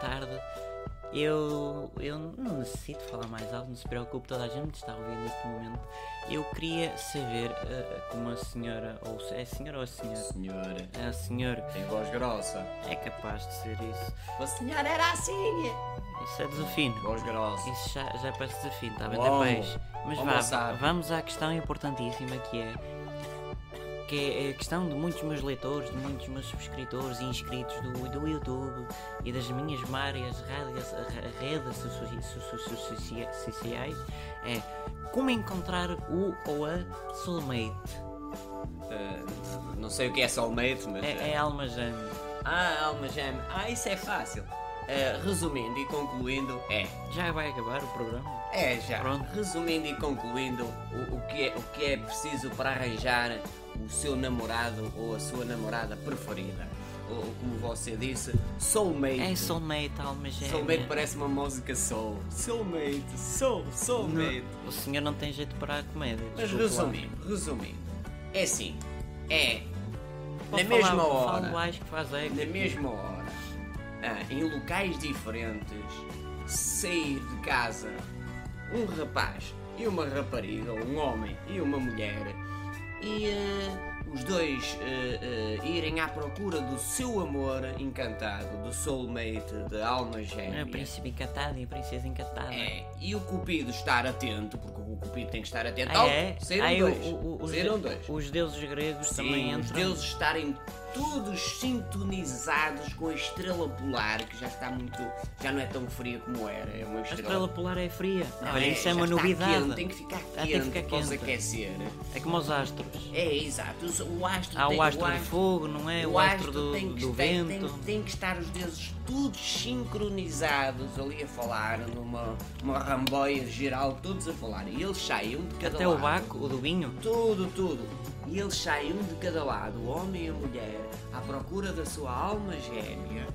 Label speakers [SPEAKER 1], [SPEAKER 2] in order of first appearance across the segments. [SPEAKER 1] tarde. Eu, eu não necessito falar mais alto, não se preocupe, toda a gente está a ouvir neste momento. Eu queria saber eh, como a senhora, ou se- é senhora ou a senhora?
[SPEAKER 2] Senhora,
[SPEAKER 1] É a senhora,
[SPEAKER 2] tem voz grossa.
[SPEAKER 1] é capaz de ser isso.
[SPEAKER 2] A senhora era assim.
[SPEAKER 1] Isso é desafino.
[SPEAKER 2] Voz grossa.
[SPEAKER 1] Isso já, já parece desafio, está bem?
[SPEAKER 2] Bom,
[SPEAKER 1] Depois. Mas
[SPEAKER 2] vamos
[SPEAKER 1] vá,
[SPEAKER 2] almoçar.
[SPEAKER 1] vamos à questão importantíssima que é. Que é a questão de muitos meus leitores, de muitos meus subscritores e inscritos do, do YouTube e das minhas várias rádios- ra- redes so- so- so- so- so- socia- sociais é como encontrar o ou a soulmate.
[SPEAKER 2] Eh, não sei o que é soulmate, mas.
[SPEAKER 1] É, é alma gêmea.
[SPEAKER 2] Ah, alma gêmea. Ah, isso é fácil. Eh, resumindo e concluindo, é.
[SPEAKER 1] Já vai acabar o programa?
[SPEAKER 2] É já.
[SPEAKER 1] Pronto.
[SPEAKER 2] Resumindo e concluindo, o, o que é, o que é preciso para arranjar o seu namorado ou a sua namorada preferida? Ou, ou como você disse, soulmate.
[SPEAKER 1] É soulmate, alma gêmea.
[SPEAKER 2] Soulmate parece uma música soul. Soulmate, soul, soulmate.
[SPEAKER 1] O senhor não tem jeito para a comédia.
[SPEAKER 2] Mas
[SPEAKER 1] desculpe lá.
[SPEAKER 2] resumindo, resumindo, é assim, é
[SPEAKER 1] Pode
[SPEAKER 2] na
[SPEAKER 1] falar,
[SPEAKER 2] mesma
[SPEAKER 1] fala
[SPEAKER 2] hora,
[SPEAKER 1] mais que faz eco.
[SPEAKER 2] na mesma hora, ah, em locais diferentes, sair de casa um rapaz e uma rapariga, um homem e uma mulher, e ah, os dois ah, ah, irem à procura do seu amor encantado, do soulmate, da alma
[SPEAKER 1] É o né?
[SPEAKER 2] gêmea.
[SPEAKER 1] príncipe encantado e a princesa encantada. Ah,
[SPEAKER 2] É, e o Cupido estar atento, porque o Cupido tem que estar atento.
[SPEAKER 1] Ah, é?
[SPEAKER 2] Oh, saíram
[SPEAKER 1] Aí o-
[SPEAKER 2] dois.
[SPEAKER 1] o- os,
[SPEAKER 2] saíram dois.
[SPEAKER 1] os deuses gregos também
[SPEAKER 2] Sim, os
[SPEAKER 1] entram.
[SPEAKER 2] deuses estarem todos sintonizados com a estrela polar, que já está muito. já não é tão fria como era. É uma
[SPEAKER 1] A
[SPEAKER 2] estrela.
[SPEAKER 1] estrela polar é fria.
[SPEAKER 2] Não,
[SPEAKER 1] Olha,
[SPEAKER 2] é,
[SPEAKER 1] isso é
[SPEAKER 2] já
[SPEAKER 1] uma
[SPEAKER 2] está
[SPEAKER 1] novidade.
[SPEAKER 2] Quente, tem que ficar
[SPEAKER 1] Ah, tem que
[SPEAKER 2] quente,
[SPEAKER 1] ficar
[SPEAKER 2] para se
[SPEAKER 1] quente.
[SPEAKER 2] aquecer.
[SPEAKER 1] É como os astros.
[SPEAKER 2] É, exato. os- O astro
[SPEAKER 1] Há
[SPEAKER 2] tem
[SPEAKER 1] o astro
[SPEAKER 2] o
[SPEAKER 1] do fogo, não é? O,
[SPEAKER 2] o
[SPEAKER 1] astro,
[SPEAKER 2] astro
[SPEAKER 1] do,
[SPEAKER 2] tem que,
[SPEAKER 1] do
[SPEAKER 2] tem-
[SPEAKER 1] vento.
[SPEAKER 2] Tem, tem que estar os deuses todos sincronizados ali a falar, numa uma ramboia geral, todos a falar. E eles saem um de cada
[SPEAKER 1] Até
[SPEAKER 2] lado.
[SPEAKER 1] o baco, o do vinho.
[SPEAKER 2] Tudo, tudo. E eles saem um de cada lado, o homem e a mulher, à procura da sua alma gêmea.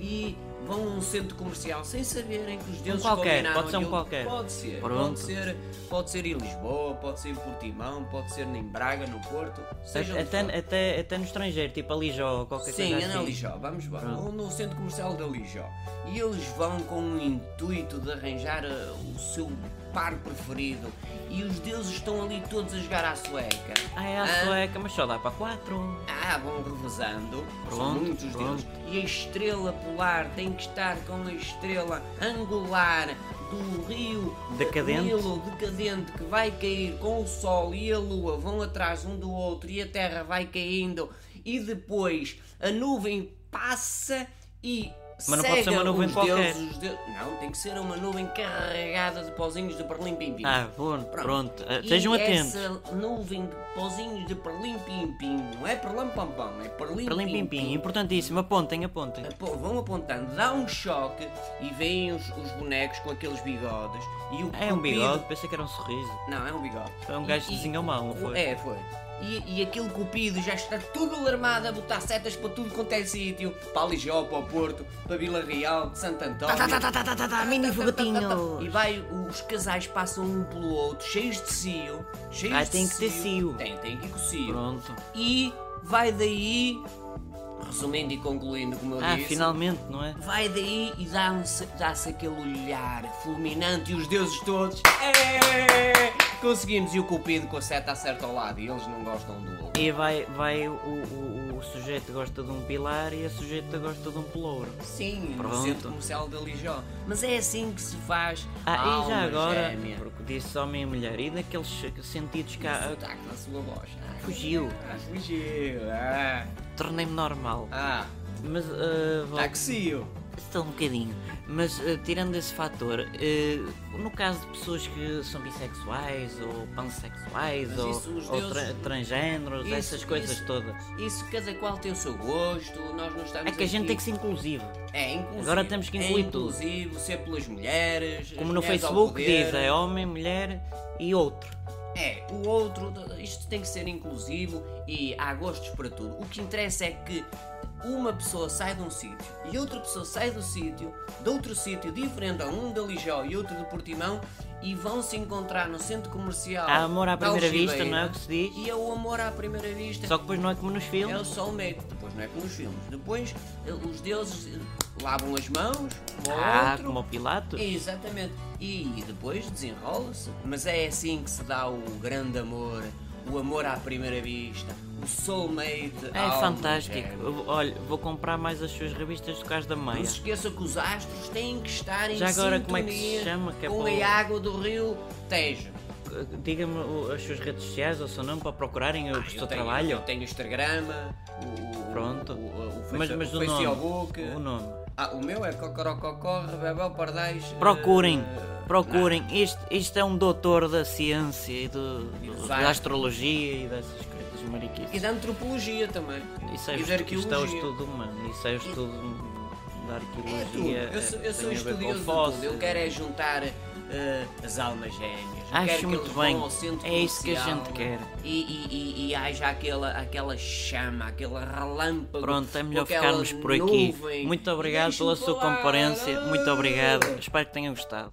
[SPEAKER 2] E vão a um centro comercial sem saberem que os deuses
[SPEAKER 1] qualquer,
[SPEAKER 2] combinaram
[SPEAKER 1] pode ser um
[SPEAKER 2] aquilo.
[SPEAKER 1] qualquer.
[SPEAKER 2] Pode ser,
[SPEAKER 1] Pronto.
[SPEAKER 2] pode ser. Pode ser em Lisboa, pode ser em Portimão, pode ser em Braga, no Porto. Seja onde for.
[SPEAKER 1] Até, até, até no estrangeiro, tipo a Lijó ou qualquer
[SPEAKER 2] Sim,
[SPEAKER 1] coisa
[SPEAKER 2] é na
[SPEAKER 1] assim.
[SPEAKER 2] Lijó, vamos lá.
[SPEAKER 1] Pronto.
[SPEAKER 2] Ou no centro comercial da Lijó. E eles vão com o intuito de arranjar eh, o seu par preferido. E os deuses estão ali todos a jogar à sueca.
[SPEAKER 1] Ah, é a sueca, mas só dá para quatro.
[SPEAKER 2] Ah, vão revezando. São
[SPEAKER 1] Pronto,
[SPEAKER 2] muitos
[SPEAKER 1] pronto.
[SPEAKER 2] deuses. E a estrela polar tem que estar com a estrela angular do rio
[SPEAKER 1] Decadente.
[SPEAKER 2] Nilo decadente que vai cair com o sol e a lua vão atrás um do outro e a terra vai caindo e depois a nuvem passa e
[SPEAKER 1] Mas não pode ser
[SPEAKER 2] cega
[SPEAKER 1] uma nuvem
[SPEAKER 2] os
[SPEAKER 1] qualquer.
[SPEAKER 2] deuses, os deuses- Não, tem que ser uma nuvem carregada de pozinhos de perlim pim pim.
[SPEAKER 1] Ah, bom, pronto. Ah,
[SPEAKER 2] E
[SPEAKER 1] Sejam atentos.
[SPEAKER 2] Essa nuvem de pozinhos de perlim pim pim, não é perlam pam pam, é perlim Ah,
[SPEAKER 1] Perlim pim pim, importantíssimo. Apontem, apontem.
[SPEAKER 2] Pô, vão apontando, dá um choque e veem os, os bonecos com aqueles bigodes e o
[SPEAKER 1] É um
[SPEAKER 2] cupido-
[SPEAKER 1] bigode, pensei que era um sorriso.
[SPEAKER 2] Não, é um bigode.
[SPEAKER 1] Foi um gajo que desenhou mal, não foi?
[SPEAKER 2] É, foi. E, e aquele cupido já está todo alarmado a botar setas para tudo quanto é sítio. Para Alijó, para o Porto, para Vila Real, de Santo António. tá,
[SPEAKER 1] mini fogatinho!
[SPEAKER 2] E vai, os casais passam um pelo outro, cheios de cio. Cheios
[SPEAKER 1] Ah,
[SPEAKER 2] de
[SPEAKER 1] tem que ter cio.
[SPEAKER 2] Tem, tem que ir com cio.
[SPEAKER 1] Pronto.
[SPEAKER 2] E vai daí, resumindo e concluindo, como eu
[SPEAKER 1] Ah,
[SPEAKER 2] disse.
[SPEAKER 1] finalmente, não é?
[SPEAKER 2] Vai daí e dá-se dá aquele olhar fulminante e os deuses todos. "É!" Conseguimos e o Cupido com a seta acerta ao lado e eles não gostam do outro.
[SPEAKER 1] E vai, vai o, o, o- o sujeito gosta de um pilar e a sujeita gosta de um pelouro.
[SPEAKER 2] Sim,
[SPEAKER 1] Pronto.
[SPEAKER 2] no centro comercial da Lijó. Mas é assim que se faz. a
[SPEAKER 1] Ah, e
[SPEAKER 2] alma
[SPEAKER 1] já agora,
[SPEAKER 2] gêmea.
[SPEAKER 1] porque disse homem e mulher, e daqueles sentidos que há,
[SPEAKER 2] Sotaque na sua voz. Ah,
[SPEAKER 1] fugiu,
[SPEAKER 2] Ah, fugiu. Ah,
[SPEAKER 1] tornei-me normal.
[SPEAKER 2] ah Tá
[SPEAKER 1] Mas, ah, vou-
[SPEAKER 2] taxio.
[SPEAKER 1] Só um bocadinho. Mas eh, tirando esse fator, eh, no caso de pessoas que são bissexuais ou pansexuais
[SPEAKER 2] Mas
[SPEAKER 1] ou,
[SPEAKER 2] isso os
[SPEAKER 1] ou
[SPEAKER 2] deuses-
[SPEAKER 1] tra- transgêneros,
[SPEAKER 2] Isso,
[SPEAKER 1] essas coisas
[SPEAKER 2] isso-
[SPEAKER 1] todas,
[SPEAKER 2] Isso cada qual tem o seu gosto, nós não estamos
[SPEAKER 1] é que a gente
[SPEAKER 2] aqui-
[SPEAKER 1] tem que ser inclusivo.
[SPEAKER 2] É inclusivo.
[SPEAKER 1] Agora temos que
[SPEAKER 2] É
[SPEAKER 1] incluir tudo.
[SPEAKER 2] inclusivo, ser pelas mulheres.
[SPEAKER 1] Como no
[SPEAKER 2] as mulheres ao
[SPEAKER 1] Facebook
[SPEAKER 2] poder.
[SPEAKER 1] diz, é homem, mulher e outro.
[SPEAKER 2] É, o outro, isto tem que ser inclusivo e há gostos para tudo. O que interessa é que uma pessoa sai de um sítio e outra pessoa sai do sítio, de outro sítio diferente, um da Lijó e outro de Portimão, e vão se encontrar no centro comercial.
[SPEAKER 1] Há amor à
[SPEAKER 2] da
[SPEAKER 1] primeira vista,
[SPEAKER 2] Algibeira.
[SPEAKER 1] não é o que se diz?
[SPEAKER 2] E é o amor à primeira vista.
[SPEAKER 1] Só que depois não é como nos
[SPEAKER 2] É o
[SPEAKER 1] filmes.
[SPEAKER 2] soulmate, depois não é como nos filmes. Depois eh, os deuses, eh, lavam as mãos, um ao
[SPEAKER 1] Ah,
[SPEAKER 2] outro.
[SPEAKER 1] como o Pilatos?
[SPEAKER 2] Exatamente. E depois desenrola-se. Mas é assim que se dá o grande amor, o amor à primeira vista, o soulmate.
[SPEAKER 1] É fantástico. Eu- Olha, vou comprar mais as suas revistas do Caso da
[SPEAKER 2] Não
[SPEAKER 1] Meia.
[SPEAKER 2] se esqueça que os astros têm que estar em
[SPEAKER 1] Já agora,
[SPEAKER 2] sintonia
[SPEAKER 1] como é que se chama, que é
[SPEAKER 2] com
[SPEAKER 1] para o-
[SPEAKER 2] a água do rio Tejo.
[SPEAKER 1] Eh, Diga-me o- as suas redes sociais ou seu nome para procurarem o
[SPEAKER 2] Ah,
[SPEAKER 1] seu
[SPEAKER 2] eu tenho-
[SPEAKER 1] trabalho.
[SPEAKER 2] Eu tenho o Instagram, o, o,
[SPEAKER 1] Pronto.
[SPEAKER 2] o, o, o, Face-
[SPEAKER 1] Mas, mas
[SPEAKER 2] o
[SPEAKER 1] o
[SPEAKER 2] Facebook.
[SPEAKER 1] nome. O nome.
[SPEAKER 2] Ah, o meu é Cocorococó, Rebebel Pardais. eh,
[SPEAKER 1] Procurem,
[SPEAKER 2] eh,
[SPEAKER 1] procurem. Este, este é um doutor da ciência e do, do-
[SPEAKER 2] Exato.
[SPEAKER 1] da astrologia e dessas coisas
[SPEAKER 2] E
[SPEAKER 1] mariquices.
[SPEAKER 2] da antropologia também.
[SPEAKER 1] Isso é, o
[SPEAKER 2] e da
[SPEAKER 1] estu- isto é o
[SPEAKER 2] arqueologia.
[SPEAKER 1] estudo humano, isso é o estudo da
[SPEAKER 2] É tudo.
[SPEAKER 1] arqueologia.
[SPEAKER 2] Eu sou,
[SPEAKER 1] é-
[SPEAKER 2] eu sou
[SPEAKER 1] tem a ver com
[SPEAKER 2] estudioso de tudo.
[SPEAKER 1] fósseis.
[SPEAKER 2] Eu quero é juntar eh, as almas gêmeas. Eu
[SPEAKER 1] Acho
[SPEAKER 2] quero que
[SPEAKER 1] muito
[SPEAKER 2] eles
[SPEAKER 1] bem.
[SPEAKER 2] vão ao centro
[SPEAKER 1] É isso que a
[SPEAKER 2] comercial
[SPEAKER 1] gente quer.
[SPEAKER 2] E, e, e, e haja aquela, aquela chama, aquele relâmpago.
[SPEAKER 1] Pronto, é melhor
[SPEAKER 2] ou aquela
[SPEAKER 1] ficarmos por aqui.
[SPEAKER 2] nuvem.
[SPEAKER 1] Muito
[SPEAKER 2] E
[SPEAKER 1] obrigado pela
[SPEAKER 2] deixem-me
[SPEAKER 1] sua
[SPEAKER 2] falar.
[SPEAKER 1] comparência. Muito obrigado.
[SPEAKER 2] Ah!
[SPEAKER 1] Espero que tenham gostado.